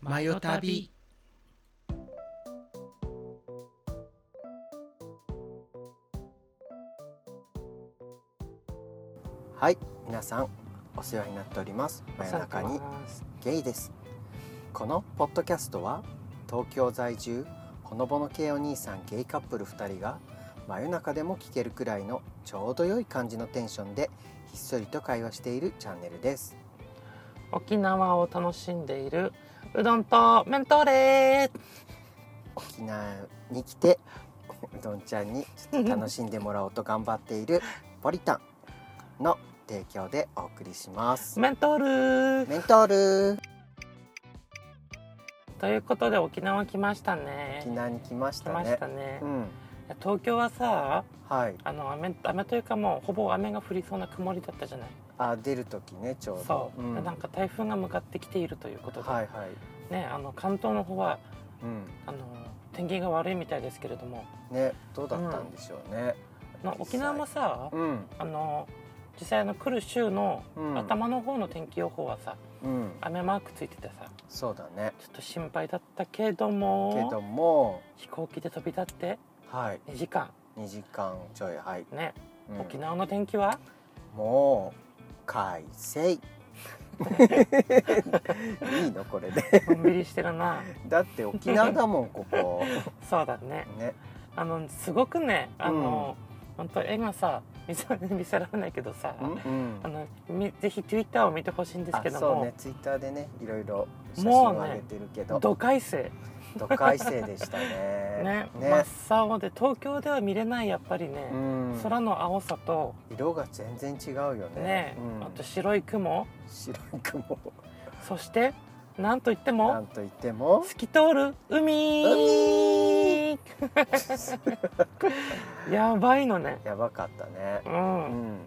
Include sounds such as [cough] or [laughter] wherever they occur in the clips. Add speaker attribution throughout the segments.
Speaker 1: マヨ旅
Speaker 2: はい、皆さんお世話になっております。真夜中にゲイです。このポッドキャストは東京在住ほのぼの系お兄さんゲイカップル2人が真夜中でも聞けるくらいのちょうど良い感じのテンションでひっそりと会話しているチャンネルです。
Speaker 1: 沖縄を楽しんでいるうどんとメントレ
Speaker 2: 沖縄に来てうどんちゃんにちょっと楽しんでもらおうと頑張っているポリタンの提供でお送り
Speaker 1: [laughs]
Speaker 2: します。
Speaker 1: メントル
Speaker 2: メントール
Speaker 1: ということで沖縄来ましたね
Speaker 2: 沖縄に来まし
Speaker 1: 来
Speaker 2: た
Speaker 1: まし
Speaker 2: ね
Speaker 1: た。ね
Speaker 2: うん、
Speaker 1: いや東京はさ
Speaker 2: はい。
Speaker 1: あの雨雨というかもうほぼ雨が降りそうな曇りだったじゃない
Speaker 2: あ出る時ねちょうど
Speaker 1: そう、
Speaker 2: ん、
Speaker 1: でなんか台風が向かってきているということで、
Speaker 2: はいはい、
Speaker 1: ねあの関東の方は
Speaker 2: うん、
Speaker 1: あの天気が悪いみたいですけれども
Speaker 2: ねどうだったんでしょうね、
Speaker 1: な沖縄もさ、
Speaker 2: うん
Speaker 1: あの実際あの来る週の
Speaker 2: うん、
Speaker 1: 頭の方の天気予報はさ、
Speaker 2: うん
Speaker 1: 雨マークついててさ
Speaker 2: そうだね
Speaker 1: ちょっと心配だったけども
Speaker 2: けども
Speaker 1: 飛行機で飛び立って
Speaker 2: はい
Speaker 1: 2時間
Speaker 2: 2時間ちょいはい、
Speaker 1: ね、
Speaker 2: うん
Speaker 1: 沖縄の天気
Speaker 2: [laughs]
Speaker 1: は
Speaker 2: もう快晴
Speaker 1: [laughs]
Speaker 2: いいのこれで
Speaker 1: のんびりしてるな
Speaker 2: だって沖縄だもんここ
Speaker 1: そうだね
Speaker 2: ね
Speaker 1: あのすごくねあの、本当絵がさ見せ見せられないけどさ、
Speaker 2: うんうん
Speaker 1: あのみぜひ Twitter を見てほしいんです
Speaker 2: あ
Speaker 1: けど
Speaker 2: そう
Speaker 1: も、
Speaker 2: ねツイッターでねいろいろ写真
Speaker 1: もうね
Speaker 2: を上げてるけど、
Speaker 1: 都会生
Speaker 2: 都会生でしたね
Speaker 1: ね真っ青で東京では見れないやっぱりね、
Speaker 2: うん、
Speaker 1: 空の青さと
Speaker 2: 色が全然違うよね
Speaker 1: ね、
Speaker 2: うん
Speaker 1: あと白い雲
Speaker 2: 白い雲
Speaker 1: そしてなんといって
Speaker 2: な
Speaker 1: も
Speaker 2: んといっても
Speaker 1: 透き通る海
Speaker 2: 海
Speaker 1: やばいのね
Speaker 2: [laughs] やばかったね
Speaker 1: う、
Speaker 2: うんん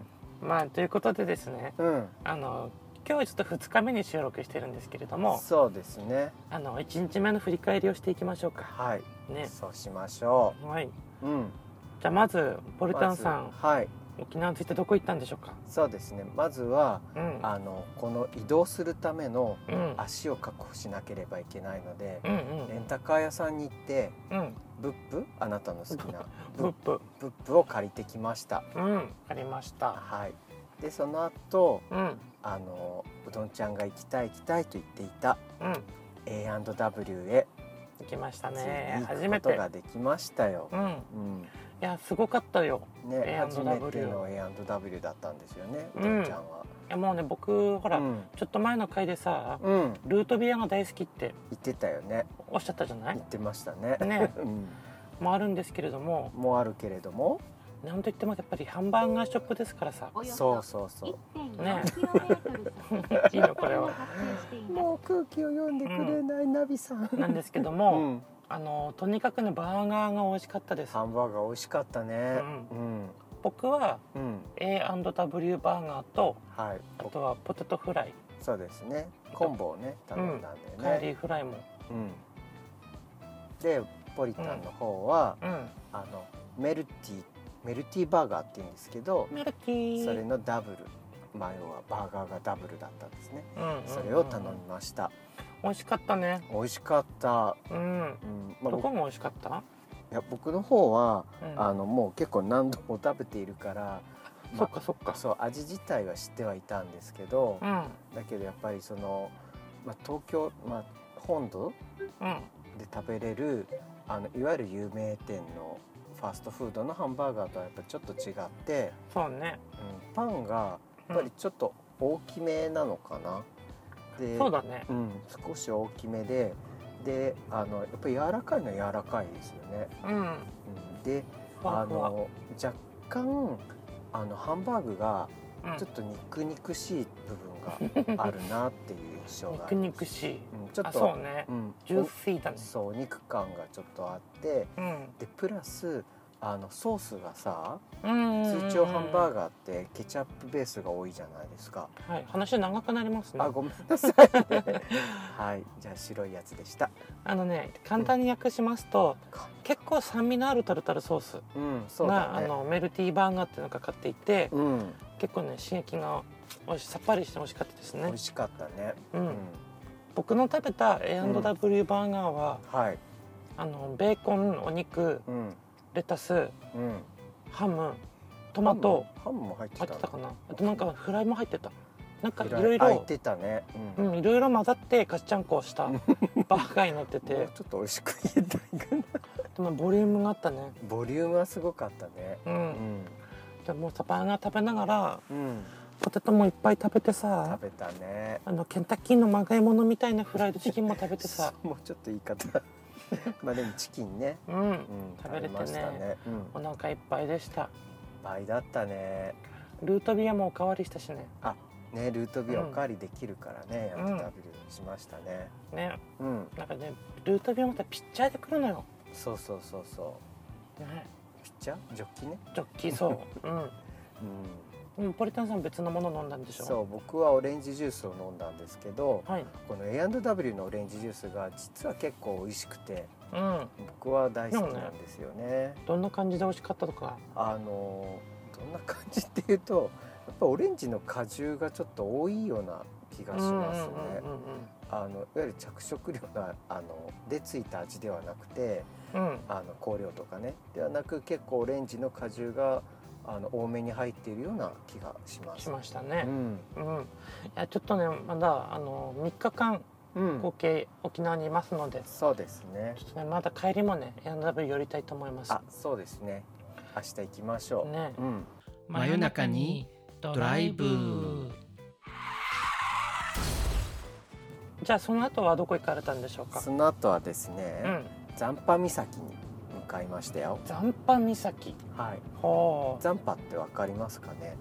Speaker 1: まあということでですね
Speaker 2: うん
Speaker 1: あの今日はちょっと2日目に収録してるんですけれども
Speaker 2: そうですね
Speaker 1: あの1日目の振り返りをしていきましょうか
Speaker 2: はい
Speaker 1: ね
Speaker 2: そうしましょ
Speaker 1: はいう
Speaker 2: うん
Speaker 1: じゃあまずポルタンさ
Speaker 2: ま
Speaker 1: ん
Speaker 2: ずはい
Speaker 1: 沖縄についてどこ行ったんでしょうか
Speaker 2: そうですねまずは
Speaker 1: うん
Speaker 2: あのこの移動するための
Speaker 1: うん
Speaker 2: 足を確保しなければいけないので
Speaker 1: うん
Speaker 2: レンタカー屋さんに行って
Speaker 1: うんうん
Speaker 2: ブップあなたの好きな
Speaker 1: ブップ
Speaker 2: ブップを借りてきました
Speaker 1: うんありました
Speaker 2: はいでその後
Speaker 1: うんうん
Speaker 2: あのうどんちゃんが行きたい行きたいと言っていた A&W へ
Speaker 1: 行きました
Speaker 2: ついに
Speaker 1: ね初
Speaker 2: 行
Speaker 1: め
Speaker 2: くこと
Speaker 1: て
Speaker 2: ができましたよ
Speaker 1: う。ん
Speaker 2: うん、
Speaker 1: いやすごかったよ
Speaker 2: ね、
Speaker 1: A&W
Speaker 2: 初めての A&W だったんですよね。
Speaker 1: う
Speaker 2: うんどんちゃんは。
Speaker 1: いやもうね僕ほら、
Speaker 2: うん、
Speaker 1: ちょっと前の回でさ
Speaker 2: うん、
Speaker 1: ルートビアが大好きって
Speaker 2: 言ってたよね。
Speaker 1: おっしゃったじゃな
Speaker 2: 言
Speaker 1: い
Speaker 2: ってましたね。
Speaker 1: ね
Speaker 2: うん、
Speaker 1: もあるんですけれども
Speaker 2: もうあるけれども。
Speaker 1: なんといってもやっぱりハンバーガーショップですからさ
Speaker 2: そうそうそ
Speaker 1: ね
Speaker 3: ね。
Speaker 1: いいのこれは
Speaker 2: う。もう空気を読んでくれないナビさん。
Speaker 1: なんですけど
Speaker 2: う
Speaker 1: も、
Speaker 2: ん、
Speaker 1: あのとにかくねバーガーが美味しかったです
Speaker 2: ハンバーガー美味しかったね。
Speaker 1: う
Speaker 2: うん、
Speaker 1: 僕は
Speaker 2: うん、
Speaker 1: A&W バーガーと
Speaker 2: はい。
Speaker 1: あとはポテトフライ
Speaker 2: そうですね。コンボをね、頼んだんだよ
Speaker 1: カー
Speaker 2: ね。
Speaker 1: リーフライも
Speaker 2: うん。で、ポリタンの方は、
Speaker 1: うん
Speaker 2: あのメルティメルティバーガーって言うんですけど、
Speaker 1: メルキー
Speaker 2: それのダブルまあ要はバーガーがダブルだったんですね
Speaker 1: うんうんうん
Speaker 2: それを頼みました、
Speaker 1: 美味しかったね
Speaker 2: 美味しかった、
Speaker 1: うん
Speaker 2: うんま
Speaker 1: ど
Speaker 2: あ、僕
Speaker 1: こが美味しかった、
Speaker 2: いや僕の方は、
Speaker 1: うん、
Speaker 2: あのもう結構何度も食べているから、
Speaker 1: そ
Speaker 2: ま
Speaker 1: っかそっか
Speaker 2: あ、そう味自体は知ってはいたんですけど、
Speaker 1: うん
Speaker 2: だけどやっぱりその、まあ、東京、まあ、本土
Speaker 1: うん
Speaker 2: で食べれるあのいわゆる有名店のファーストフードのハンバーガーとはやっぱちょっと違って、
Speaker 1: そうね
Speaker 2: うん、パンがやっぱりちょっと大きめなのかな。で
Speaker 1: そうだね
Speaker 2: うん、少し大きめでであのやっぱり柔らかいのは柔らかいですよね、
Speaker 1: うん
Speaker 2: うん、で
Speaker 1: ふ
Speaker 2: あ
Speaker 1: わふわ
Speaker 2: の若干あのハンバーグが
Speaker 1: うん
Speaker 2: ちょっと肉肉しい部分があるなっていう印象があ
Speaker 1: 肉
Speaker 2: ります
Speaker 1: 肉しい
Speaker 2: うん、ちょ
Speaker 1: あ
Speaker 2: っと
Speaker 1: そうね
Speaker 2: うん、
Speaker 1: ジューシーだ
Speaker 2: お
Speaker 1: ね
Speaker 2: そうお肉感がちょっとあって
Speaker 1: うん
Speaker 2: でプラスあのソースがさ
Speaker 1: うんうんうん
Speaker 2: 通常ハンバーガーってケチャップベースが多いじゃないですか、
Speaker 1: はい話長くなりますね
Speaker 2: あ
Speaker 1: あ
Speaker 2: ごめんなさい、
Speaker 1: [laughs]
Speaker 2: はいじゃあ白いやつでした
Speaker 1: のね簡単に訳しますと結構酸味のあるタルタルソース
Speaker 2: うん、そう
Speaker 1: が、
Speaker 2: だ
Speaker 1: あ
Speaker 2: ね。
Speaker 1: のメルティーバーガーっていうのが買っていて
Speaker 2: うん、
Speaker 1: 結構ね刺激が美味しさっぱりして美味しかったです
Speaker 2: 美
Speaker 1: ね
Speaker 2: 味しかったね。
Speaker 1: うん、
Speaker 2: うん、
Speaker 1: 僕の食べた A&W バーガーは、
Speaker 2: はい
Speaker 1: あのベーコンお肉
Speaker 2: うん
Speaker 1: レタス
Speaker 2: うん
Speaker 1: ハムトマト
Speaker 2: ハムも入って
Speaker 1: 入
Speaker 2: た
Speaker 1: ってたかなあとなんかフライも入ってたなんかい
Speaker 2: いろ
Speaker 1: ろ
Speaker 2: い
Speaker 1: い
Speaker 2: ろ入っ
Speaker 1: ろ
Speaker 2: てたね、
Speaker 1: う
Speaker 2: うん
Speaker 1: んいろいろ混ざってガッチャンコをしたバーガーになって
Speaker 2: も
Speaker 1: て
Speaker 2: [laughs] うちょっと美味しく言えたいかな
Speaker 1: でもボリュームがあったね
Speaker 2: ボリュームはすごかったね
Speaker 1: う
Speaker 2: うんん、
Speaker 1: でもさバーガー食べながら
Speaker 2: うん、
Speaker 1: ポテトもいっぱい食べてさ
Speaker 2: 食べたね
Speaker 1: あのケンタッキーのまがいものみたいなフライドチキンも食べてさ
Speaker 2: もうちょっと言い方 [laughs] まあでもチキンね、
Speaker 1: うん
Speaker 2: うん、
Speaker 1: 食べれてね
Speaker 2: ましたね、うん、いっ
Speaker 1: お腹いっぱいでした
Speaker 2: ぱいだったね
Speaker 1: ルートビアもおかわりしたしね
Speaker 2: ねルートビアおかわりできるからね、
Speaker 1: うん
Speaker 2: W しましたね
Speaker 1: ね
Speaker 2: うん
Speaker 1: なんかねルートビアまたピッチャーで来るのよ、
Speaker 2: そうそうそうそう
Speaker 1: ね、
Speaker 2: ピッチャージョッキね
Speaker 1: ジョッキーそううん
Speaker 2: うん
Speaker 1: でもポリタンさん別のもの飲んだんでしょ
Speaker 2: そう僕はオレンジジュースを飲んだんですけど
Speaker 1: はい
Speaker 2: この A&W のオレンジジュースが実は結構美味しくて
Speaker 1: うん
Speaker 2: 僕は大好きなんですよね
Speaker 1: どんな感じで美味しかったとか
Speaker 2: あのどんな感じっていうとやっぱオレンジの果汁がちょっと多いような気がしますね、
Speaker 1: うん
Speaker 2: あのいわゆる着色料があのでついた味ではなくて
Speaker 1: うんうんうん
Speaker 2: あの香料とかねではなく結構オレンジの果汁があの多めに入っているような気がしま
Speaker 1: し
Speaker 2: す。
Speaker 1: ました
Speaker 2: う
Speaker 1: ね
Speaker 2: ん、
Speaker 1: うん、いやちょっとねまだあの3日間
Speaker 2: うん
Speaker 1: 合計沖縄にいますので、
Speaker 2: そうですね
Speaker 1: ち。ょっとねまだ帰りもね A&W 寄りたいと思います
Speaker 2: あ、そうですね。明日行きましょう。
Speaker 1: ね
Speaker 2: うん。
Speaker 1: 真
Speaker 2: 夜中に
Speaker 1: ド
Speaker 2: ライブ
Speaker 1: じゃあその後はどこ行かれたんでしょうか
Speaker 2: その後はです
Speaker 1: う
Speaker 2: ね、
Speaker 1: ん
Speaker 2: 残波岬に向かいましたよ。
Speaker 1: 残波岬
Speaker 2: はい。
Speaker 1: ほう
Speaker 2: 残波ってわかりますかね。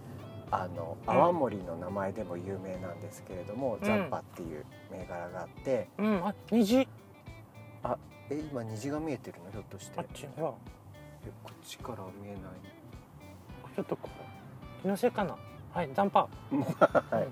Speaker 2: あの
Speaker 1: うん
Speaker 2: 泡盛の名前でも有名なんですけれども、
Speaker 1: うん
Speaker 2: 残波っていう銘柄があって、
Speaker 1: うんあ虹
Speaker 2: え今虹が見えてるのひょっとして
Speaker 1: あっちほら
Speaker 2: えこっちからは見えな
Speaker 1: ちょっとこう気のせいかなはい残波
Speaker 2: い [laughs] はい、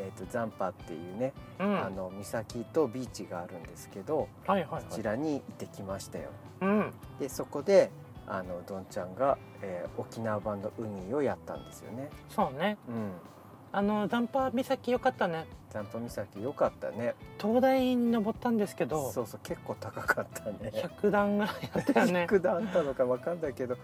Speaker 2: えっ、とザンパっていうね、
Speaker 1: うん
Speaker 2: あの岬とビーチがあるんですけど、
Speaker 1: はいはい
Speaker 2: そ
Speaker 1: は
Speaker 2: ち
Speaker 1: い
Speaker 2: らに行ってきましたよ
Speaker 1: うん
Speaker 2: でそこであのどんちゃんが、えー沖縄版のウニをやったんですよね
Speaker 1: そうね
Speaker 2: うん
Speaker 1: あの残波岬よかったね
Speaker 2: ザンパ岬良かったね
Speaker 1: 灯台に登ったんですけど
Speaker 2: そうそう結構高かった
Speaker 1: [laughs]
Speaker 2: ね
Speaker 1: 100段ぐらいあったよ
Speaker 2: [laughs]
Speaker 1: ね
Speaker 2: 100段あったのかわかんないけど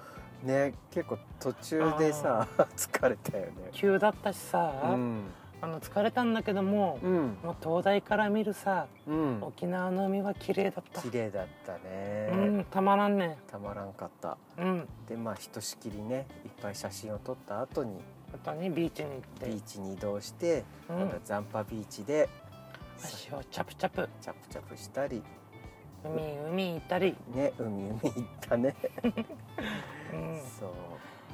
Speaker 2: ね結構途中でさ疲れたよね
Speaker 1: 急だったしさ、
Speaker 2: うん
Speaker 1: あの疲れたんだけども、
Speaker 2: うん
Speaker 1: もう灯台から見るさ
Speaker 2: うん
Speaker 1: 沖縄の海は綺麗だった
Speaker 2: 綺麗だったね、
Speaker 1: うんたまらんね
Speaker 2: たまらんかった
Speaker 1: うん
Speaker 2: でまあひとしきりねいっぱい写真を撮った後に
Speaker 1: あとにビーチに行って
Speaker 2: ビーチに移動して、
Speaker 1: うん
Speaker 2: また残波ビーチでチ
Speaker 1: 足をチャプチャプ
Speaker 2: ャプチャプしたり
Speaker 1: 海海行ったり、
Speaker 2: ね海海行ったね、
Speaker 1: うん、
Speaker 2: そう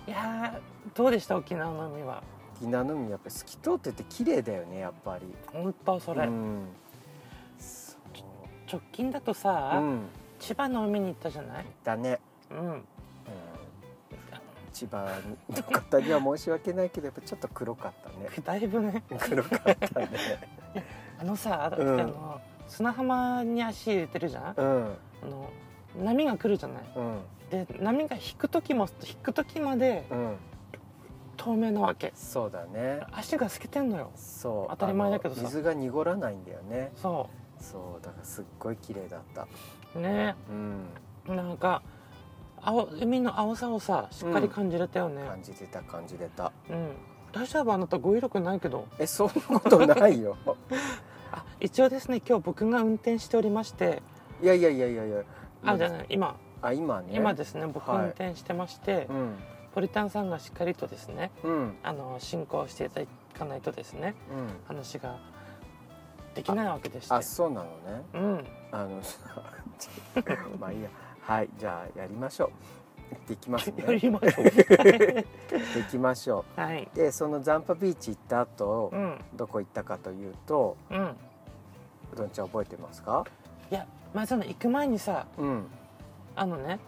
Speaker 1: いやーどうでした沖縄の海は
Speaker 2: 沖縄の海やっぱり透き通ってて綺麗だよねやっぱり
Speaker 1: 本当それ、
Speaker 2: うんそう
Speaker 1: 直近だとさ、
Speaker 2: うん
Speaker 1: 千葉の海に行ったじゃない
Speaker 2: だね、
Speaker 1: うん
Speaker 2: うん、千葉の方には申し訳ないけどやっぱちょっと黒かった [laughs] ね
Speaker 1: だいぶね
Speaker 2: 黒かったね
Speaker 1: あのさ、あ
Speaker 2: うん
Speaker 1: の砂浜に足入れてるじゃん、
Speaker 2: うん
Speaker 1: あの波が来るじゃない
Speaker 2: うん
Speaker 1: で波が引く時も引く時まで
Speaker 2: うん
Speaker 1: 透明なわけ
Speaker 2: そうだね
Speaker 1: 足が透けてんのよ
Speaker 2: そう
Speaker 1: 当たり前だけどさ
Speaker 2: あの水が濁らないんだよね
Speaker 1: そ
Speaker 2: そうだからすっごい綺麗だった
Speaker 1: うね
Speaker 2: うん
Speaker 1: なんか青海の青さをさしっかり感じれたよね、
Speaker 2: 感じてた感じてた
Speaker 1: うん大丈夫あなた語彙力ないけど
Speaker 2: えそんなことないよ [laughs]
Speaker 1: あ一応ですね今日僕が運転しておりまして
Speaker 2: いやいやいやいやいや
Speaker 1: あじゃない今
Speaker 2: あ今ね
Speaker 1: 今ですね僕
Speaker 2: はい
Speaker 1: 運転してまして、
Speaker 2: うん
Speaker 1: ポリタンさんがしっかりとですね
Speaker 2: うん
Speaker 1: あの進行していただかないとですね
Speaker 2: うん
Speaker 1: 話ができないわけでして
Speaker 2: あそうなのね [laughs]
Speaker 1: うん
Speaker 2: あのまあいいやはいじゃあやりましょう行ってきます [laughs] ね
Speaker 1: やりましょ
Speaker 2: [laughs] 行ってきましょ
Speaker 1: うはいう
Speaker 2: でそのザンパビーチ行った後、
Speaker 1: うん
Speaker 2: どこ行ったかというと
Speaker 1: うん
Speaker 2: どんちゃん覚えてますか
Speaker 1: いやまず、ね、行く前にさ
Speaker 2: うん
Speaker 1: あのね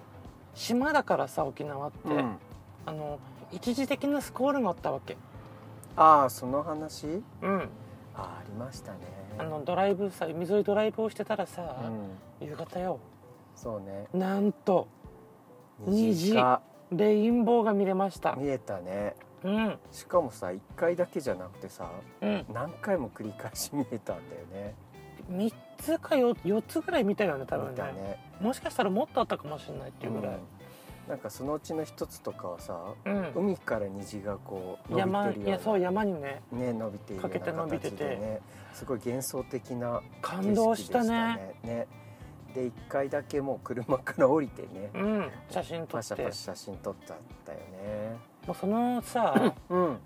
Speaker 1: 島だからさ沖縄って、
Speaker 2: うん
Speaker 1: あの一時的なスコールがあったわけ
Speaker 2: ああその話
Speaker 1: うん
Speaker 2: あありましたね
Speaker 1: あのドライブさ海沿いドライブをしてたらさ、
Speaker 2: うん
Speaker 1: 夕方よ
Speaker 2: そうね
Speaker 1: なんと
Speaker 2: 虹
Speaker 1: 虹
Speaker 2: が
Speaker 1: レインボーが見れました
Speaker 2: 見えたね
Speaker 1: うん
Speaker 2: しかもさ1回だけじゃなくてさ
Speaker 1: うん
Speaker 2: 何回も繰り返し見えたんだよね
Speaker 1: 3つか 4, 4つぐらい見たよね多分
Speaker 2: 見
Speaker 1: ね
Speaker 2: たね
Speaker 1: もしかしたらもっとあったかもしれないっていうぐらい、
Speaker 2: うんなんかそのうちの一つとかはさ
Speaker 1: うん
Speaker 2: 海から虹がこう伸び
Speaker 1: 山
Speaker 2: て
Speaker 1: い
Speaker 2: るよ
Speaker 1: やそうう山にね
Speaker 2: なね伸びているような
Speaker 1: かけて伸びてて
Speaker 2: 形でねすごい幻想的な景色
Speaker 1: 感
Speaker 2: で
Speaker 1: 動
Speaker 2: し
Speaker 1: した
Speaker 2: た
Speaker 1: ね
Speaker 2: ねねで一回だけもう車から降りてね
Speaker 1: うん写真撮
Speaker 2: パ
Speaker 1: っ
Speaker 2: シ
Speaker 1: て
Speaker 2: ャパシャ写真撮ったんだよね
Speaker 1: もうその
Speaker 2: [laughs]
Speaker 1: さ
Speaker 2: うん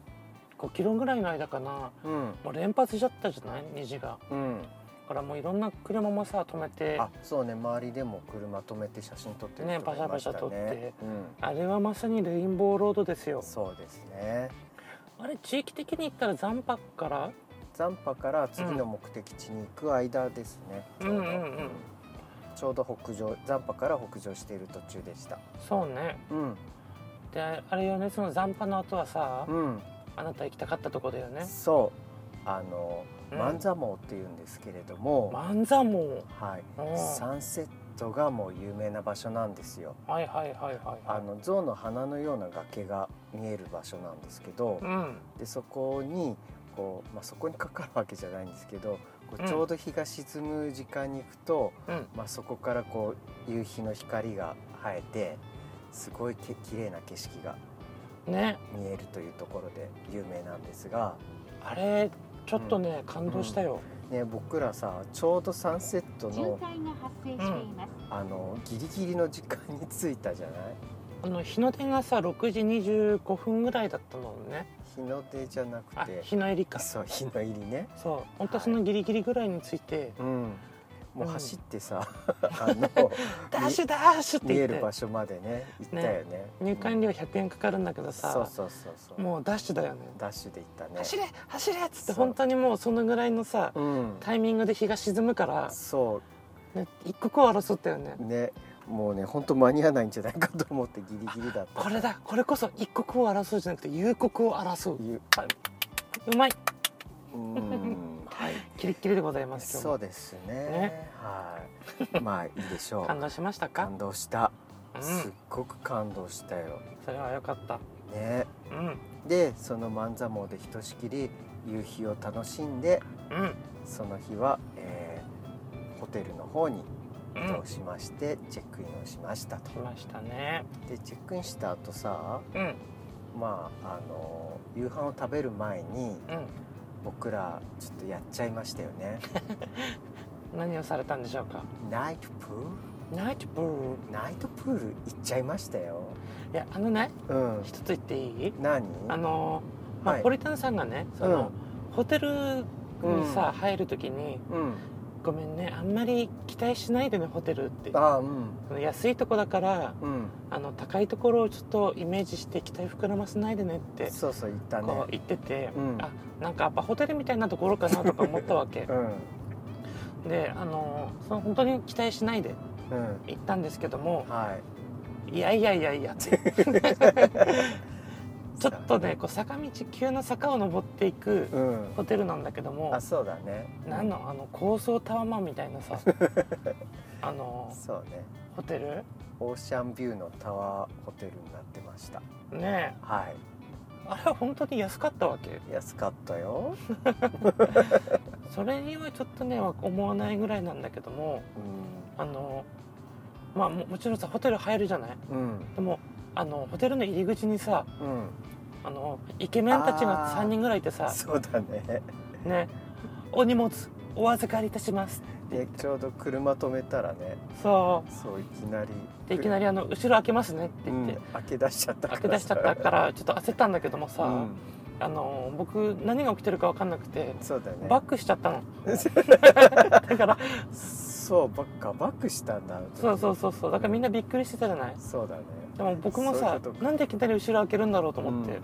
Speaker 1: 5キロぐらいの間かな
Speaker 2: うん
Speaker 1: もう連発しちゃったじゃない虹が
Speaker 2: うん
Speaker 1: だからもういろんな車もさ止めて
Speaker 2: あそうね周りでも車止めて写真撮ってる
Speaker 1: ね
Speaker 2: 人がいました
Speaker 1: パシャパシャ
Speaker 2: ね
Speaker 1: 撮って
Speaker 2: う
Speaker 1: あれはまさにレインボーロードですよ
Speaker 2: ん、そうですね
Speaker 1: あれ地域的に言ったら残白から
Speaker 2: 残波から次の目的地に行く間ですね、
Speaker 1: うん
Speaker 2: ちょうど、
Speaker 1: うんうんうん
Speaker 2: ちょうど北上残波から北上している途中でした
Speaker 1: そうね
Speaker 2: うん
Speaker 1: であれよねその残波の後はさ、
Speaker 2: うん
Speaker 1: あなた行きたかったとこだよね
Speaker 2: そうあの
Speaker 1: うん
Speaker 2: 万座網っていうんですけれども、
Speaker 1: 万座も
Speaker 2: はい
Speaker 1: うん
Speaker 2: サンセットがもう有名な場所なんですよ
Speaker 1: はいはいはいはい
Speaker 2: あの象の鼻のような崖が見える場所なんですけど、
Speaker 1: うん
Speaker 2: でそこにこう、まあ、そこにかかるわけじゃないんですけどこ
Speaker 1: うん
Speaker 2: うちょうど日が沈む時間に行くと、
Speaker 1: うん
Speaker 2: まあ、そこからこう夕日の光が生えてすごいけ綺麗な景色が
Speaker 1: ね
Speaker 2: 見えるというところで有名なんですが、
Speaker 1: あれちょっとね、感動したよ、
Speaker 2: ね、僕らさちょうどサンセット
Speaker 3: 渋
Speaker 2: の
Speaker 3: 滞が発生しています。
Speaker 2: あのギリギリの時間に着いたじゃない
Speaker 1: あの日の出がさ6時25分ぐらいだったのね
Speaker 2: 日の出じゃな
Speaker 1: あ
Speaker 2: くて
Speaker 1: 日の入りか
Speaker 2: そう日の入りね。
Speaker 1: そう本当そのギリギリぐらいについて
Speaker 2: うん
Speaker 1: う
Speaker 2: もう
Speaker 1: ん
Speaker 2: 走っ
Speaker 1: [laughs]
Speaker 2: てさ、あの
Speaker 1: 「ダッシュダッシュ!」って
Speaker 2: 見
Speaker 1: 言
Speaker 2: え
Speaker 1: っ
Speaker 2: る場
Speaker 1: て
Speaker 2: 所までね行ったよね
Speaker 1: 入館料100円かかるんだけどさ
Speaker 2: そうそうそうそう
Speaker 1: もうダッシュだよね
Speaker 2: ダッシュで行ったね
Speaker 1: 走れ走れっつって
Speaker 2: そう
Speaker 1: 本当にもうそのぐらいのさ
Speaker 2: うん
Speaker 1: タイミングで日が沈むから、
Speaker 2: そ
Speaker 1: ね、一刻を争ったよね
Speaker 2: うねもうね本当間に合わないんじゃないかと思ってギリギリだった
Speaker 1: これだこれこそ一刻を争うじゃなくて夕刻を争う
Speaker 2: いう
Speaker 1: うまい
Speaker 2: うんはい
Speaker 1: キリッキリでございます今日
Speaker 2: そ
Speaker 1: も
Speaker 2: うですね
Speaker 1: ね
Speaker 2: はいまあいいでしょ
Speaker 1: 感
Speaker 2: う
Speaker 1: 動しましたか
Speaker 2: 感動した
Speaker 1: うん
Speaker 2: すっごく感動したよ
Speaker 1: それは良かった
Speaker 2: ね
Speaker 1: うん
Speaker 2: でその万座網でひとしきり夕日を楽しんで
Speaker 1: うん
Speaker 2: その日は、えーホテルの方に
Speaker 1: う
Speaker 2: 移動
Speaker 1: ん
Speaker 2: しまして、チェックインをしましたと
Speaker 1: 来ましたね
Speaker 2: でチェックインした後さ
Speaker 1: うん
Speaker 2: まああの夕飯を食べる前に
Speaker 1: う
Speaker 2: 僕らちょっとやっちゃいましたよね
Speaker 1: ん何をされたんでしょうか
Speaker 2: ナイトプー
Speaker 1: ナイトプール
Speaker 2: ルナイトプール行っちゃいましたよ
Speaker 1: いやあのね
Speaker 2: うん
Speaker 1: 一つ言っていい
Speaker 2: 何
Speaker 1: あのーまあ
Speaker 2: はい
Speaker 1: ポリタンさんがねその、ホテルにさ、入る時に
Speaker 2: うん
Speaker 1: 「ごめんねあんまり期待しないでねホテル」って
Speaker 2: ああうん
Speaker 1: その安いとこだから
Speaker 2: うん
Speaker 1: あの高いところをちょっとイメージして期待膨らませないでねって
Speaker 2: そうそう行ったね
Speaker 1: こう言ってて、
Speaker 2: うん
Speaker 1: あなんかやっぱホテルみたいなところかなとか思ったわけ
Speaker 2: うん
Speaker 1: であのその本当に期待しないで
Speaker 2: うん
Speaker 1: 行ったんですけども
Speaker 2: はい
Speaker 1: いやいやいやいやって
Speaker 2: [laughs]
Speaker 1: ちょっとねこう坂道急な坂を登っていく
Speaker 2: うん
Speaker 1: ホテルなんだけども
Speaker 2: あそうだね
Speaker 1: 何のあの高層タワマンみたいな
Speaker 2: [laughs]
Speaker 1: さあの
Speaker 2: そうね
Speaker 1: ホテル
Speaker 2: オーシャンビューのタワーホテルになってました
Speaker 1: ねえ
Speaker 2: はい
Speaker 1: あれは本当に安かったわけ
Speaker 2: 安かったよ、
Speaker 1: それにはちょっとね思わないぐらいなんだけどもあのまあももちろんさホテル入るじゃない
Speaker 2: うん、うん
Speaker 1: でもあのホテルの入り口にさ
Speaker 2: うん
Speaker 1: あのイケメンたちが
Speaker 2: あー
Speaker 1: 3人ぐらいいてさ
Speaker 2: そうだね
Speaker 1: ねお荷物お預かりいたします
Speaker 2: でちょうど車止めたらね
Speaker 1: そ
Speaker 2: そういきなり
Speaker 1: うでいきなりあの後ろ開けますねって言って、
Speaker 2: うん開け出しちゃったから
Speaker 1: 開け出しちゃったからちょっと焦ったんだけどもさ、
Speaker 2: うん
Speaker 1: あの僕何が起きてるか分かんなくて
Speaker 2: そうだね
Speaker 1: バックしちゃ
Speaker 2: [laughs]
Speaker 1: ったのだから
Speaker 2: そうバッカバックしたんだ
Speaker 1: そうそうそうそうだからみんなびっくりしてたじゃない
Speaker 2: そうだね
Speaker 1: でも僕も
Speaker 2: そうい
Speaker 1: さ
Speaker 2: うことか
Speaker 1: なんでいきなり後ろ開けるんだろうと思って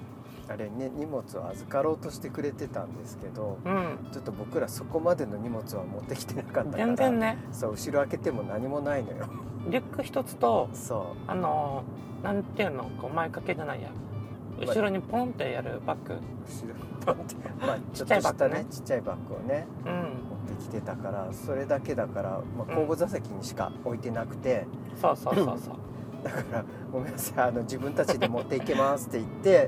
Speaker 2: あれね荷物を預かろうとしてくれてたんですけど
Speaker 1: うん、
Speaker 2: ちょっと僕らそこまでの荷物は持ってきてなかったから
Speaker 1: 全然ね
Speaker 2: そう後ろ開けても何もないのよ
Speaker 1: リュック一つと
Speaker 2: そ
Speaker 1: あのーなんていうのこう前掛けじゃないや後ろにポンってやるバッグ
Speaker 2: う後ろパンってまあちょ
Speaker 1: っ
Speaker 2: っ
Speaker 1: ちゃいバッ
Speaker 2: とし
Speaker 1: グ
Speaker 2: た
Speaker 1: ね
Speaker 2: ねちっちゃいバッグをね
Speaker 1: うん
Speaker 2: 持ってきてたからそれだけだから、まあ、後部座席にしか置いてなくて、
Speaker 1: そうそうそうそ
Speaker 2: だから「ごめんなさいあの自分たちで持っていけます」って言って、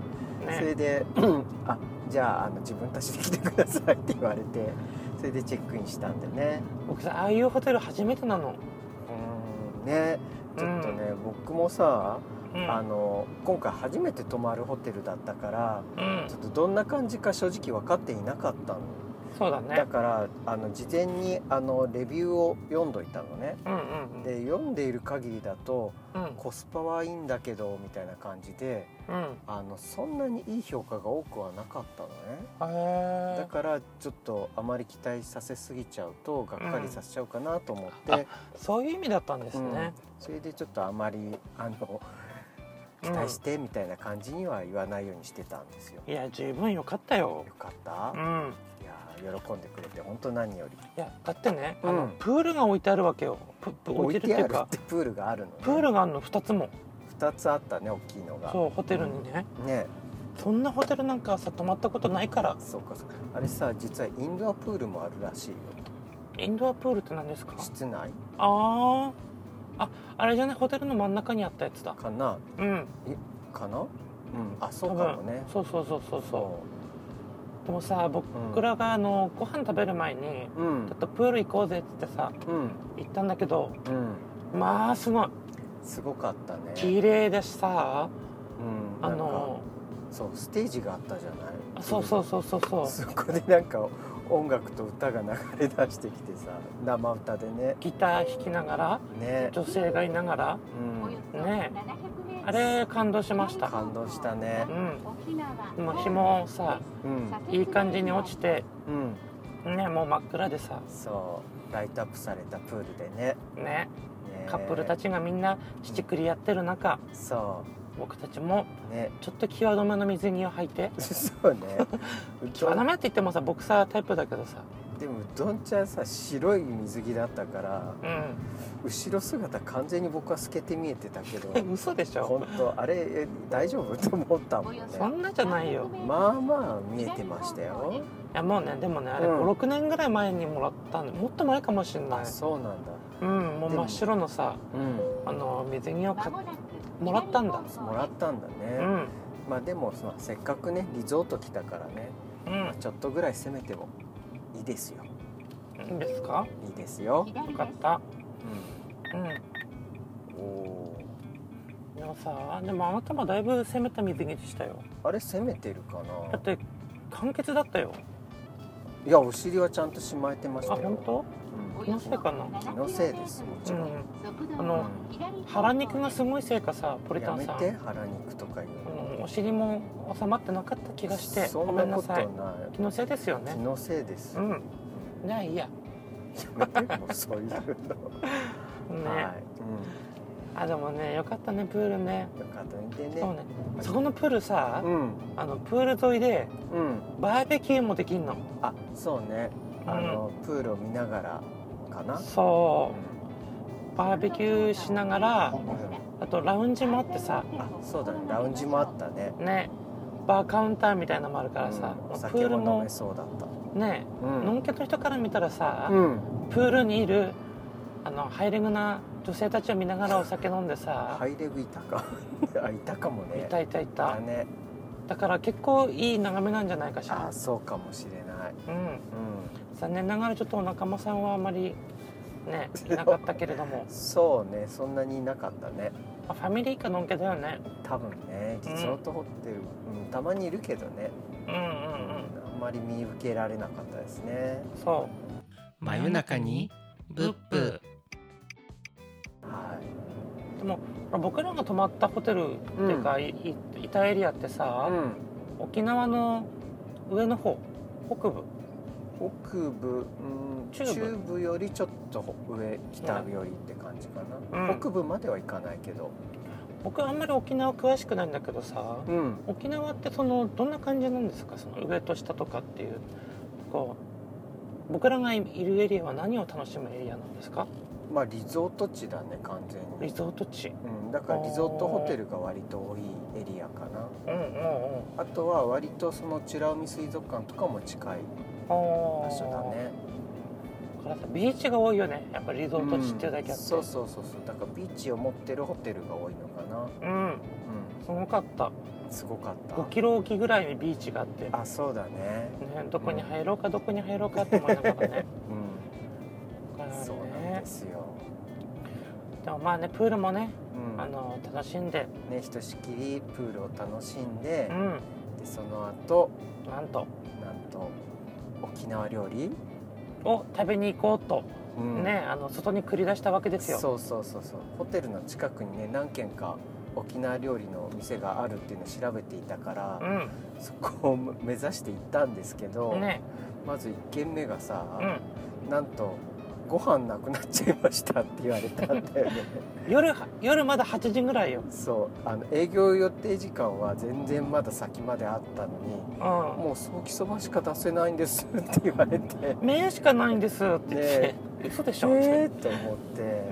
Speaker 1: う
Speaker 2: それ
Speaker 1: [laughs] ね
Speaker 2: で「あじゃああの自分たちで来てください」って言われてそれでチェックインしたんでね
Speaker 1: 僕さああいうホテル初めてなの、
Speaker 2: うんねちょっとね、僕もさ、
Speaker 1: うん、
Speaker 2: あの今回初めて泊まるホテルだったから
Speaker 1: うん
Speaker 2: ちょっとどんな感じか正直分かっていなかったの、
Speaker 1: そうだね
Speaker 2: だからあの事前にあのレビューを読んどいたのね
Speaker 1: うんうんうん
Speaker 2: で読んでいる限りだと
Speaker 1: うん
Speaker 2: コスパはいいんだけどみたいな感じで
Speaker 1: うん
Speaker 2: あのそんなにいい評価が多くはなかったのね
Speaker 1: へ
Speaker 2: だ
Speaker 1: え
Speaker 2: からちょっとあまり期待させすぎちゃうとがっかりさせちゃうかなと思って、
Speaker 1: うんあそういう意味だったんですね、
Speaker 2: それでちょっとあまりあの期待してみたいな感じには言わないようにしてたんですよ。
Speaker 1: いや十分よかったよ
Speaker 2: よかった、
Speaker 1: う
Speaker 2: い
Speaker 1: ん
Speaker 2: や喜んでくれて本当何より
Speaker 1: いやだってね、あ
Speaker 2: う
Speaker 1: の
Speaker 2: ん
Speaker 1: プールが置いてあるわけよププ置
Speaker 2: 置
Speaker 1: い
Speaker 2: い
Speaker 1: てるっててい
Speaker 2: あ
Speaker 1: う
Speaker 2: る
Speaker 1: か
Speaker 2: ってプールがあるのね
Speaker 1: プールがあるの2つも
Speaker 2: 2つあったね大きいのが
Speaker 1: そうホテルにね
Speaker 2: ね
Speaker 1: そんなホテルなんかさ泊まったことないから
Speaker 2: そうかそうかあれさ実はインドアプールもあるらしいよ
Speaker 1: インドアプールって何ですか
Speaker 2: 室内
Speaker 1: ああああれじゃないホテルの真ん中にあったやつだ
Speaker 2: かな
Speaker 1: うん
Speaker 2: かなうんあそ
Speaker 1: 多
Speaker 2: う
Speaker 1: 分
Speaker 2: かもね
Speaker 1: そうそうそうそうそうでもさ僕らがあのご飯食べる前に
Speaker 2: ううん
Speaker 1: ちょっとプール行こうぜっつってさ
Speaker 2: うん
Speaker 1: 行ったんだけど
Speaker 2: うん
Speaker 1: まあすごい
Speaker 2: すごかったね
Speaker 1: 綺麗だしさ
Speaker 2: うん
Speaker 1: あ
Speaker 2: なんか
Speaker 1: の
Speaker 2: そうステージがあったじゃない
Speaker 1: あそうそうそうそうそう
Speaker 2: そこでなんか音楽と歌が流れ出してきてさ生歌でね
Speaker 1: ギター弾きながら
Speaker 2: ね、
Speaker 1: 女性がいながら
Speaker 2: う
Speaker 1: ね
Speaker 2: ん、
Speaker 3: ね
Speaker 1: あ
Speaker 3: あれ
Speaker 1: れ感動し
Speaker 3: し
Speaker 1: ま
Speaker 3: ま
Speaker 1: し
Speaker 3: したた
Speaker 2: 感動したね
Speaker 1: うん
Speaker 3: ま
Speaker 1: もう
Speaker 3: あ
Speaker 1: 日
Speaker 3: 紐
Speaker 1: も
Speaker 3: を
Speaker 1: さ
Speaker 3: さ
Speaker 2: うん
Speaker 1: いい感じに落ち
Speaker 3: て
Speaker 1: て
Speaker 2: うん
Speaker 1: ねもう真っ暗でさ
Speaker 2: そうライトアップされたプールでね
Speaker 1: ね
Speaker 2: ね
Speaker 1: カップルたちがみんな乳くりやってる中
Speaker 2: そ
Speaker 1: 僕たちも
Speaker 2: うね
Speaker 1: ちょっと際どめの水着を履いて
Speaker 2: そうねう
Speaker 1: 際
Speaker 2: ど
Speaker 1: ど
Speaker 2: ん
Speaker 1: めって言ってもさボクサータイプだけどさ
Speaker 2: でもうどんちゃんさ白い水着だったから
Speaker 1: う
Speaker 2: 後ろ姿完全に僕は透けて見えてたけど
Speaker 1: ん嘘でしょ
Speaker 2: 本当あれえ大丈夫と思ったもんね
Speaker 1: そんなじゃないよ
Speaker 2: まあまあ見えてましたよ
Speaker 1: いやもうねでもねあれ
Speaker 2: うん
Speaker 1: 56年ぐらい前にもらったんでもっと前かもしんな
Speaker 2: あ
Speaker 1: い
Speaker 2: そうなんだ
Speaker 1: うんもう
Speaker 2: で
Speaker 1: 真
Speaker 2: も
Speaker 1: っ白のさ
Speaker 2: うん
Speaker 1: あの水着を買っも
Speaker 3: も
Speaker 1: らっ
Speaker 3: らったた
Speaker 1: ん
Speaker 3: ん
Speaker 1: だ
Speaker 3: だ
Speaker 2: もらったんだね、
Speaker 1: うん
Speaker 2: まあでもそのせっかくねリゾート来たからね
Speaker 1: う
Speaker 2: ちょっとぐらい攻めてもいいですよ
Speaker 1: んいいですか
Speaker 2: いいですよ、
Speaker 1: よかったうん
Speaker 2: うん、お
Speaker 1: でもさでもあなたもだいぶ攻めた水着でしたよ
Speaker 2: ーあれ攻めてるか
Speaker 1: だ
Speaker 2: な
Speaker 1: って簡潔だったよ
Speaker 2: いやお尻はちゃんとしまえてまし
Speaker 1: あ
Speaker 2: たよ
Speaker 1: 本当
Speaker 2: うん
Speaker 1: 気のせいかな
Speaker 2: 気のせいですもち
Speaker 1: う
Speaker 2: ろん、
Speaker 1: ん
Speaker 3: あ
Speaker 1: の
Speaker 3: の
Speaker 1: 腹
Speaker 3: 腹
Speaker 1: 肉
Speaker 3: 肉
Speaker 1: が
Speaker 3: が
Speaker 1: す
Speaker 3: すごい
Speaker 1: ごいせいかさポリタ
Speaker 2: や
Speaker 1: ン
Speaker 2: め
Speaker 1: さん
Speaker 2: て腹肉とか言う
Speaker 1: あ
Speaker 2: の
Speaker 1: のお尻も収まってなかった気がして
Speaker 2: そ
Speaker 1: ご
Speaker 2: ん
Speaker 1: め
Speaker 2: なん
Speaker 1: な
Speaker 2: こと
Speaker 1: さ
Speaker 2: ない
Speaker 1: い気のせいですよ
Speaker 2: 気
Speaker 1: ね
Speaker 2: のせいです、
Speaker 1: う
Speaker 2: や
Speaker 1: んじゃあいいやね、
Speaker 2: めてもうそういうの、はい、
Speaker 1: あでもねよかったねプールね
Speaker 2: うん、よかった見てね
Speaker 1: そうねそこのプールさ、
Speaker 2: うん
Speaker 1: あのプール沿いで
Speaker 2: うん
Speaker 1: バーベキューもできんの
Speaker 2: あそうね
Speaker 1: うん
Speaker 2: あの、プールを見ながらかな、う
Speaker 1: そ
Speaker 2: ん
Speaker 1: うバーベキューしながらあとラウンジもあってさ
Speaker 2: あそうだねラウンジもあったね
Speaker 1: ねバーカウンターみたいなのもあるからさ、
Speaker 2: う
Speaker 1: ま
Speaker 2: ん
Speaker 1: あ
Speaker 2: お
Speaker 1: プ
Speaker 2: 酒
Speaker 1: ール
Speaker 2: も飲
Speaker 1: も
Speaker 2: めそうだった
Speaker 1: ね
Speaker 2: う
Speaker 1: の
Speaker 2: ん
Speaker 1: んけの人から見たらさ、
Speaker 2: うん
Speaker 1: プールにいるあのハイレグな女性たちを見ながらお酒飲んでさ、
Speaker 2: ハイレグいたか [laughs] あいたかもね
Speaker 1: い、たいたいた
Speaker 2: だね
Speaker 1: だから結構いい眺めなんじゃないかし
Speaker 2: あ
Speaker 1: ら
Speaker 2: そうかもしれない
Speaker 1: うん
Speaker 2: う
Speaker 1: 残念ながらちょっとお仲間さんはあまりねいなかったけれども [laughs]
Speaker 2: んそうねそんなにいなかったね
Speaker 1: まあファミリーかのんけだよね
Speaker 2: 多分ねリゾートホテル、うんたまにいるけどね、
Speaker 1: うんうんうん
Speaker 2: あんまり見受けられなかったですね
Speaker 1: そ
Speaker 4: 真夜中にブッブ
Speaker 2: は
Speaker 1: うでもまあ僕らが泊まったホテルっていうか、いいいたエリアって
Speaker 2: い、
Speaker 1: さ、
Speaker 2: うん、
Speaker 1: 沖縄の上の方北部
Speaker 2: 北部、うん、
Speaker 1: 中部
Speaker 2: 中部よりちょっと上北寄りって感じかな、
Speaker 1: うん
Speaker 2: 北部までは行かないけど
Speaker 1: 僕あんまり沖縄詳しくないんだけどさ
Speaker 2: うん
Speaker 1: 沖縄ってそのどんな感じなんですかその上と下とかっていうこう僕らがいるエリアは何を楽しむエリアなんですか
Speaker 2: まあリゾート地だね完全
Speaker 1: リ
Speaker 2: に、
Speaker 1: ゾート地
Speaker 2: うん、だからリゾートホテルが割と多いエリアかな
Speaker 1: うんうんうん
Speaker 2: あとは割とその美ら海水族館とかも近い
Speaker 1: 場
Speaker 2: 場所だね
Speaker 1: からさビーチが多いよねやっぱリゾート地っていうだけあって、
Speaker 2: うんそうそうそうそうだからビーチを持ってるホテルが多いのかな
Speaker 1: うんすごかった
Speaker 2: すごかった
Speaker 1: 5キロ置きぐらいにビーチがあって、ね、
Speaker 2: あそうだね
Speaker 1: どこに入ろうかどこに入ろうかって思いながらね
Speaker 2: う
Speaker 1: だから
Speaker 2: ん
Speaker 1: ね
Speaker 2: [laughs] そうなんですよ、
Speaker 1: でもまあねプールもね
Speaker 2: うん、
Speaker 1: あの楽しんで
Speaker 2: ねひとしきりプールを楽しんで
Speaker 1: う、ん
Speaker 2: でその後
Speaker 1: なんと
Speaker 2: なんと沖縄料理、
Speaker 1: を食べに行こうと、
Speaker 2: うん
Speaker 1: ねあの外に繰り出したわけですよ
Speaker 2: そうそうそうそうホテルの近くにね何軒か沖縄料理の店があるっていうのを調べていたから、
Speaker 1: う
Speaker 2: そこを目指して行ったんですけど、
Speaker 1: んね
Speaker 2: まず1軒目が
Speaker 1: う
Speaker 2: さ、
Speaker 1: ん
Speaker 2: なんとご飯なくなっちゃいましたって言われたんだよね
Speaker 1: 夜は夜まだ8時ぐらいよ
Speaker 2: そうあの営業予定時間は全然まだ先まであったのに
Speaker 1: うん
Speaker 2: もう早期そばしか出せないんですって言われて
Speaker 1: [laughs]
Speaker 2: ね
Speaker 1: 麺しかないんですって言って、
Speaker 2: ね
Speaker 1: 嘘でしょ、
Speaker 2: えと思っ、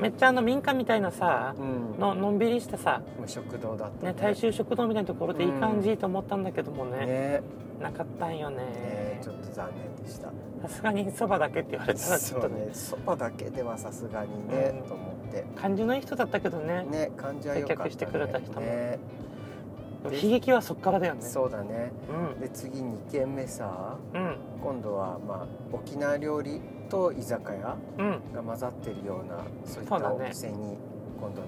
Speaker 1: めってちゃあの民家みたいなさ
Speaker 2: うん、
Speaker 1: ののんびりしたさ、
Speaker 2: 無食堂だった
Speaker 1: ね、大衆食堂みたいなところでいい感じと思ったんだけどもね、
Speaker 2: ね
Speaker 1: なかったんよ
Speaker 2: ね
Speaker 1: ね
Speaker 2: ちょっと残念でした
Speaker 1: さすがにそばだけって言われたらちょっ
Speaker 2: そ
Speaker 1: と
Speaker 2: う
Speaker 1: ね
Speaker 2: ねそばだけではさすがにね、
Speaker 1: うん
Speaker 2: と思って
Speaker 1: 感じのいい人だったけどね
Speaker 2: ね感じは良かった、
Speaker 1: 接客
Speaker 2: ね、
Speaker 1: してくれた人も
Speaker 2: ね
Speaker 1: 悲劇はそっからだよね
Speaker 2: そうだね
Speaker 1: うん
Speaker 2: で次2軒目さ
Speaker 1: うん
Speaker 2: 今度はまあ沖縄料理と居酒屋
Speaker 1: うん
Speaker 2: が混ざってるようなそういっ
Speaker 1: そう
Speaker 2: た
Speaker 1: だ
Speaker 2: お
Speaker 1: ね
Speaker 2: 店に今度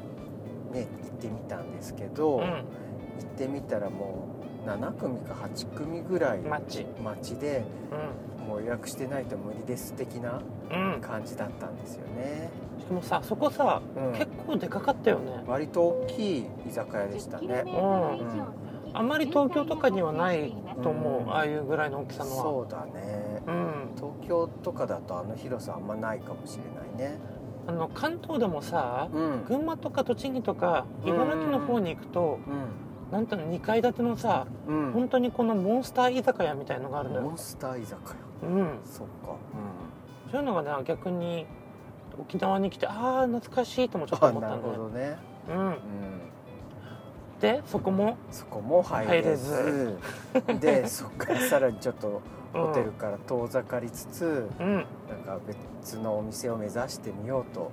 Speaker 2: ね行ってみたんですけど、
Speaker 1: う
Speaker 2: 行ってみたらもう7組か8組ぐらい
Speaker 1: んマッチ
Speaker 2: 待ちで
Speaker 1: うん
Speaker 2: もう予約してないと無理です的な
Speaker 1: うん
Speaker 2: 感じだったんですよね、
Speaker 1: しかもさそこさ
Speaker 2: うん
Speaker 1: 結構でかかったよね
Speaker 2: 割と大きい居酒屋でしたね
Speaker 1: うんあんまり東京とかにはないと思う、
Speaker 2: うん
Speaker 1: ああいうぐらいの大きさのは
Speaker 2: そうだね
Speaker 1: うん
Speaker 2: 東京とかだとあの広さあんまないかもしれないね
Speaker 1: あの関東でもさ
Speaker 2: うん、うん、
Speaker 1: 群馬とか栃木とか茨城の方に行くと、なんていうの2階建てのさ
Speaker 2: うん
Speaker 1: 本当にこのモンスター居酒屋みたいのがあるの
Speaker 2: モ
Speaker 1: よ、
Speaker 2: ンスター居酒
Speaker 1: う
Speaker 2: 屋
Speaker 1: ん、
Speaker 2: そっか、
Speaker 1: そういうのがね逆に沖縄に来てああ懐かしいともちょっと
Speaker 2: あ
Speaker 1: 思った
Speaker 2: なる
Speaker 1: んだ
Speaker 2: ほ
Speaker 1: よ、
Speaker 2: どね、
Speaker 1: うん
Speaker 2: う、ん、
Speaker 1: でそこも、
Speaker 2: そこも入れずでそっからさらにちょっと
Speaker 1: うん、
Speaker 2: ホテルから遠ざかりつつ、
Speaker 1: うん
Speaker 2: なんか別のお店を目指してみようと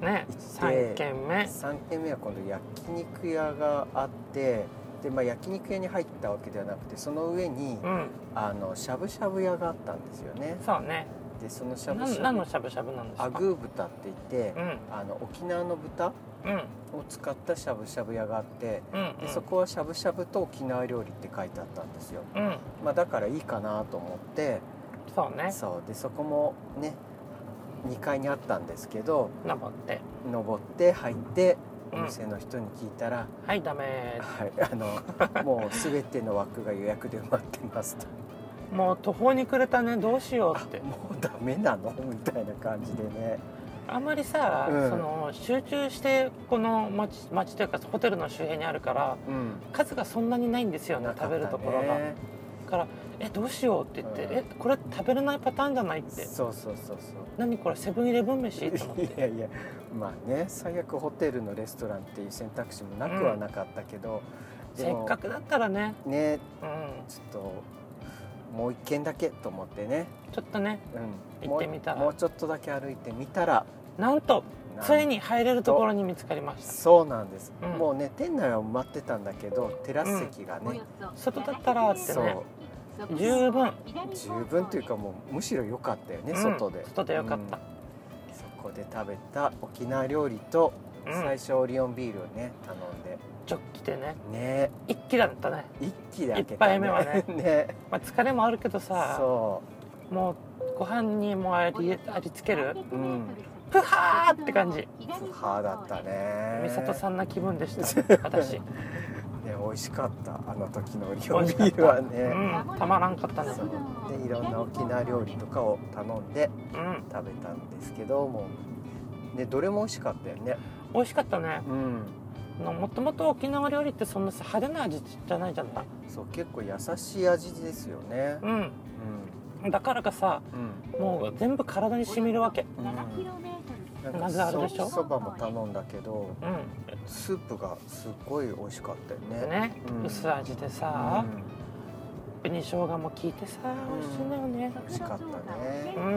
Speaker 1: ね
Speaker 2: 行って
Speaker 1: 3軒目
Speaker 2: 3軒目は今度焼肉屋があってで、まあ、焼肉屋に入ったわけではなくてその上に
Speaker 1: うん
Speaker 2: あのしゃぶしゃぶ屋があったんですよね
Speaker 1: そうね
Speaker 2: でそのしゃぶし
Speaker 1: 何
Speaker 2: ゃ
Speaker 1: 何
Speaker 2: ぶ
Speaker 1: のしゃぶしゃぶなんですか
Speaker 2: アグー豚って言って
Speaker 1: うん
Speaker 2: あの沖縄の豚を
Speaker 1: うん
Speaker 2: 使ったしゃぶしゃぶ屋があって
Speaker 1: うん
Speaker 2: でそこはしゃぶしゃぶと沖縄料理って書いてあったんですよ、
Speaker 1: うん
Speaker 2: まあ、だからいいかなと思って
Speaker 1: そうね
Speaker 2: そうでそこもね2階にあったんですけど
Speaker 1: 登って
Speaker 2: 登って入って
Speaker 1: う
Speaker 2: お
Speaker 1: ん
Speaker 2: 店の人に聞いたら、
Speaker 1: はいダメ
Speaker 2: はい、あの
Speaker 1: [laughs]
Speaker 2: もう全ての枠が予約で埋まってますと
Speaker 1: もう途方に暮れたねどうしよう
Speaker 2: あ
Speaker 1: って
Speaker 2: もうダメなのみたいな感じでね
Speaker 1: あんまりさ、
Speaker 2: うん
Speaker 1: その集中してこの町町というかホテルの周辺にあるから
Speaker 2: うん
Speaker 1: 数がそんなにないんですよね食べるところがだから「えどうしよう」って言って「
Speaker 2: うん
Speaker 1: えこれ食べれないパターンじゃない」って
Speaker 2: そうそうそう
Speaker 1: 「何これセブンイレブン
Speaker 2: そう
Speaker 1: 飯?」と思って
Speaker 2: いやいやまあね最悪ホテルのレストランっていう選択肢もなくはなかったけど、で
Speaker 1: せ
Speaker 2: も
Speaker 1: っかくだったらね、
Speaker 2: ね
Speaker 1: うん、
Speaker 2: ちょっともう一軒だけと思ってね、
Speaker 1: ちょっとね
Speaker 2: うん、
Speaker 1: 行ってみたら
Speaker 2: もうもうちょっとだけ歩いてみたら
Speaker 1: なんと
Speaker 2: なん
Speaker 1: ついに入れるところに見つかりました
Speaker 2: そうなんです、
Speaker 1: うん
Speaker 2: もうね店内は埋まってたんだけどテラス席がね、
Speaker 1: 外だったらってね
Speaker 3: そう
Speaker 1: 十分
Speaker 2: 十分というかもうむしろ良かったよね、外
Speaker 1: う
Speaker 2: で
Speaker 1: ん、外でよかっ
Speaker 2: うん
Speaker 1: た、
Speaker 2: そこで食べた沖縄料理と
Speaker 1: うん
Speaker 2: 最初オリオンビールをね頼んで
Speaker 1: ジョッキでね
Speaker 2: ね
Speaker 1: 一気だったね、
Speaker 2: 一気で開け
Speaker 1: 一
Speaker 2: た
Speaker 1: 杯目はね
Speaker 2: [laughs] ね
Speaker 1: まあ、疲れもあるけどさ
Speaker 2: そ
Speaker 1: もうご飯にもありありつける
Speaker 2: うん
Speaker 3: プハーって感じ
Speaker 2: う母だったね
Speaker 1: 美里さんな気分でした
Speaker 2: [laughs]
Speaker 1: 私、
Speaker 2: ね美味しかったあの時のオリオンビールは
Speaker 1: う
Speaker 2: ね
Speaker 1: ん、たまらんかったね
Speaker 2: そうでいろんな沖縄料理とかを頼んで
Speaker 1: うん
Speaker 2: 食べたんですけどもうねどれも美味しかったよね
Speaker 1: 美味しかったね
Speaker 2: うん
Speaker 1: あのもともと沖縄料理ってそんなさ派手な味じゃないじゃない
Speaker 2: そう結構優しい味ですよね
Speaker 1: うんだからかさ
Speaker 2: うんうん
Speaker 1: もう全部体に染みるわけ
Speaker 2: うんなんか
Speaker 1: まずあれでしょ
Speaker 2: そそばも頼んだけど
Speaker 1: う
Speaker 2: スープがすごい美味しかったよね
Speaker 1: んね、
Speaker 2: うん
Speaker 1: 薄味でさ、紅生姜も効いてさ美味しいんだよね
Speaker 2: 美味しかったね
Speaker 1: うん
Speaker 2: うん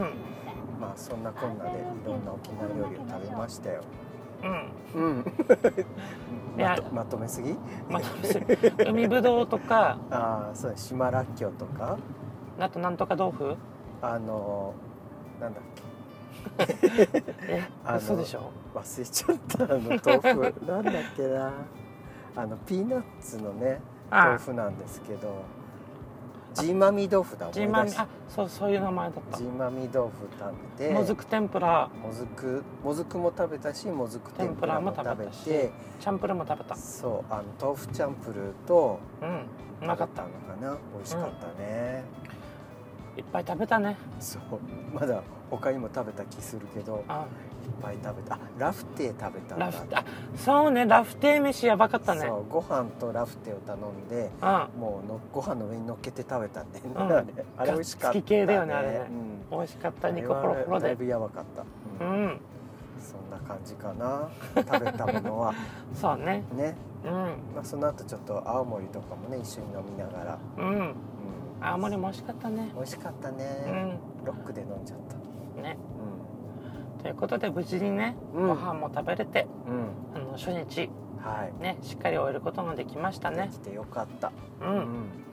Speaker 2: まあそんなこんなでいろんな沖縄料理を食べましたよ
Speaker 1: うん
Speaker 2: [laughs] うん。
Speaker 1: いや
Speaker 2: まとまとめすぎ？
Speaker 1: まあ [laughs] そうですよ海ぶどうとか
Speaker 2: ああ、そうだ島らっきょうとか、
Speaker 1: あとなんとか豆腐
Speaker 2: あのーなんだっけ、
Speaker 1: え
Speaker 2: あの
Speaker 1: 嘘でしょ
Speaker 2: 忘れちゃったあの
Speaker 1: [laughs]
Speaker 2: 豆腐、なんだっけな。あのピーナッツのね
Speaker 1: あ
Speaker 2: 豆腐なんですけど、ジーマミ豆腐だ。
Speaker 1: ジーマ
Speaker 2: 思い
Speaker 1: ミ
Speaker 2: 出した
Speaker 1: あそうそういう名前だった
Speaker 2: ジーマミ豆腐食べて、
Speaker 1: もずく天ぷら
Speaker 2: もずくもずくも食べたしもずく天ぷらも
Speaker 1: 天ぷらも
Speaker 2: 食
Speaker 1: 食
Speaker 2: べ
Speaker 1: べたしてチャンプルーも食べた
Speaker 2: そうあの豆腐チャンプルーと
Speaker 1: うんうまかっ
Speaker 2: 食べたのかな美味しかったね、
Speaker 1: たいっぱい食べたね
Speaker 2: そうまだ他にも食べた気するけどいっ
Speaker 1: あ
Speaker 2: ぱい食べたあラフテー食べたんだ
Speaker 1: ラフあそうねラフテー飯やばかったね
Speaker 2: そうご飯とラフテーを頼んで
Speaker 1: うん
Speaker 2: もうのご飯の上に乗っけて食べたんだよね、
Speaker 1: うん
Speaker 2: あれ [laughs] あれ美味しかっ
Speaker 1: が
Speaker 2: た
Speaker 1: っつき系だよねあれね
Speaker 2: うん
Speaker 1: 美味しかった肉
Speaker 2: あ
Speaker 1: ホロ
Speaker 2: れは
Speaker 1: ホロ
Speaker 2: だい
Speaker 1: で
Speaker 2: ぶやばかった、
Speaker 1: う
Speaker 2: うん
Speaker 1: ん
Speaker 2: そんな感じかな食べたものは [laughs]
Speaker 1: そうね
Speaker 2: ね
Speaker 1: うん
Speaker 2: まあ、その後ちょっと青森とかもね一緒に飲みながら、
Speaker 1: うん
Speaker 2: うん
Speaker 1: 青森も美味しかったね
Speaker 2: 美味しかった
Speaker 1: う
Speaker 2: ね、
Speaker 1: ん
Speaker 2: ロックで飲んじゃった
Speaker 1: ね
Speaker 2: う
Speaker 1: ということで無事にね
Speaker 2: うん
Speaker 1: ご飯も食べれて
Speaker 2: ん、
Speaker 1: あの初日
Speaker 2: はい、
Speaker 1: ねしっかり終えることができましたね
Speaker 2: できてよかった、
Speaker 1: う
Speaker 2: うん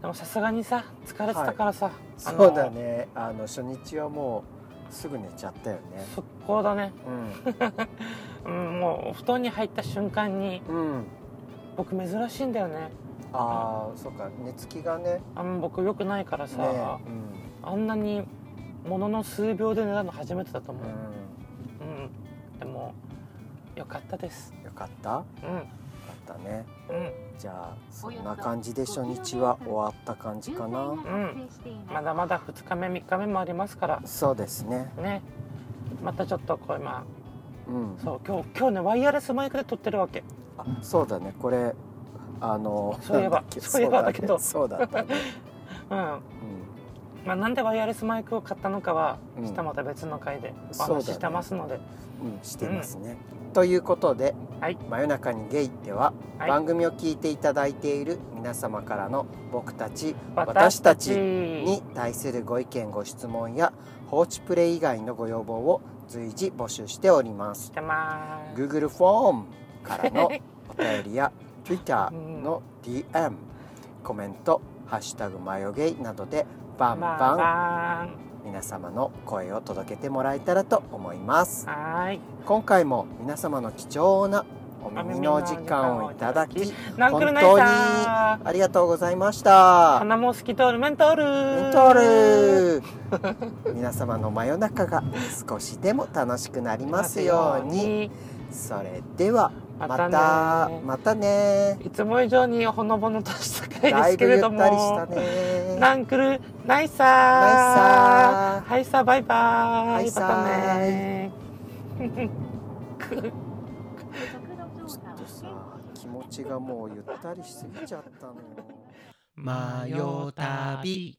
Speaker 1: でもさすがにさ疲れてたからさあの
Speaker 2: そうだねあの初日はもうすぐ寝ちゃったよね
Speaker 1: 速攻だね
Speaker 2: う
Speaker 1: うんもうお布団に入った瞬間に
Speaker 2: ん、うん、
Speaker 1: 僕珍しいんだよね
Speaker 2: ああそうか寝つきがね
Speaker 1: あん僕良くないからさ、
Speaker 2: ね
Speaker 1: あんなにものの数秒で寝たの初めてだと思
Speaker 2: うん、
Speaker 1: う、うん、でも良かったです
Speaker 2: うん、よかったよか
Speaker 1: う
Speaker 2: ったね
Speaker 1: んうん
Speaker 2: じゃあそんな感じで初日は終わった感じかな
Speaker 3: うん
Speaker 1: まだまだ2日目3日目もありますから
Speaker 2: そうですね
Speaker 1: ねまたちょっとこう今
Speaker 2: うん
Speaker 1: そう今日今日ねワイヤレスマイクで撮ってるわけ
Speaker 2: あそうだねこれあの
Speaker 1: そういえば
Speaker 2: [laughs] なんっけ
Speaker 1: そういえばだけど
Speaker 2: そうだねそうだったね、
Speaker 1: うん、まあ、なんでワイヤレスマイクを買ったのかは
Speaker 2: うん
Speaker 1: 下また別の回でお
Speaker 2: そうだね
Speaker 1: 話ししてますので、
Speaker 2: うんうん、してますね、ということで
Speaker 1: はい
Speaker 2: 真夜中にゲイ」では、
Speaker 1: はい
Speaker 2: 番組を聞いていただいている皆様からの僕たち私
Speaker 1: 私
Speaker 2: た
Speaker 1: た
Speaker 2: ち
Speaker 1: ち
Speaker 2: に対するご意見ご質問や放置プレイ以外のご要望を随時募集しております
Speaker 1: してまーす
Speaker 2: Google フォームからのお便り [laughs] や Twitter の DM コメント「ハッシュタグマヨゲイ」などでバン
Speaker 1: まあ
Speaker 2: バン
Speaker 1: バ
Speaker 2: 皆様の声を届けてもらえたらと思います
Speaker 1: ーンはーい
Speaker 2: 今回も皆様の貴重なお耳のお時間をいただ
Speaker 1: お耳
Speaker 2: き
Speaker 1: ナンクルナイサ
Speaker 2: ありがとうございました
Speaker 1: ー鼻も透き通るメントール
Speaker 2: メントール皆様の真夜中が少しでも楽しくなりますようにそれではま
Speaker 1: ま
Speaker 2: た
Speaker 1: たね
Speaker 2: またね
Speaker 1: いつも以上にほのぼのとした回で
Speaker 2: だ
Speaker 1: す
Speaker 2: いぶ
Speaker 1: け
Speaker 2: ゆ
Speaker 1: れ
Speaker 2: っ
Speaker 1: ども
Speaker 2: たりしたね
Speaker 1: ナンクルナイサ
Speaker 2: ナイサー
Speaker 1: ーはいさあバイバーイ
Speaker 2: はいさー
Speaker 1: またね
Speaker 2: ちょっとさ気持ちがもうゆったりしすぎちゃったのよ
Speaker 4: マヨ旅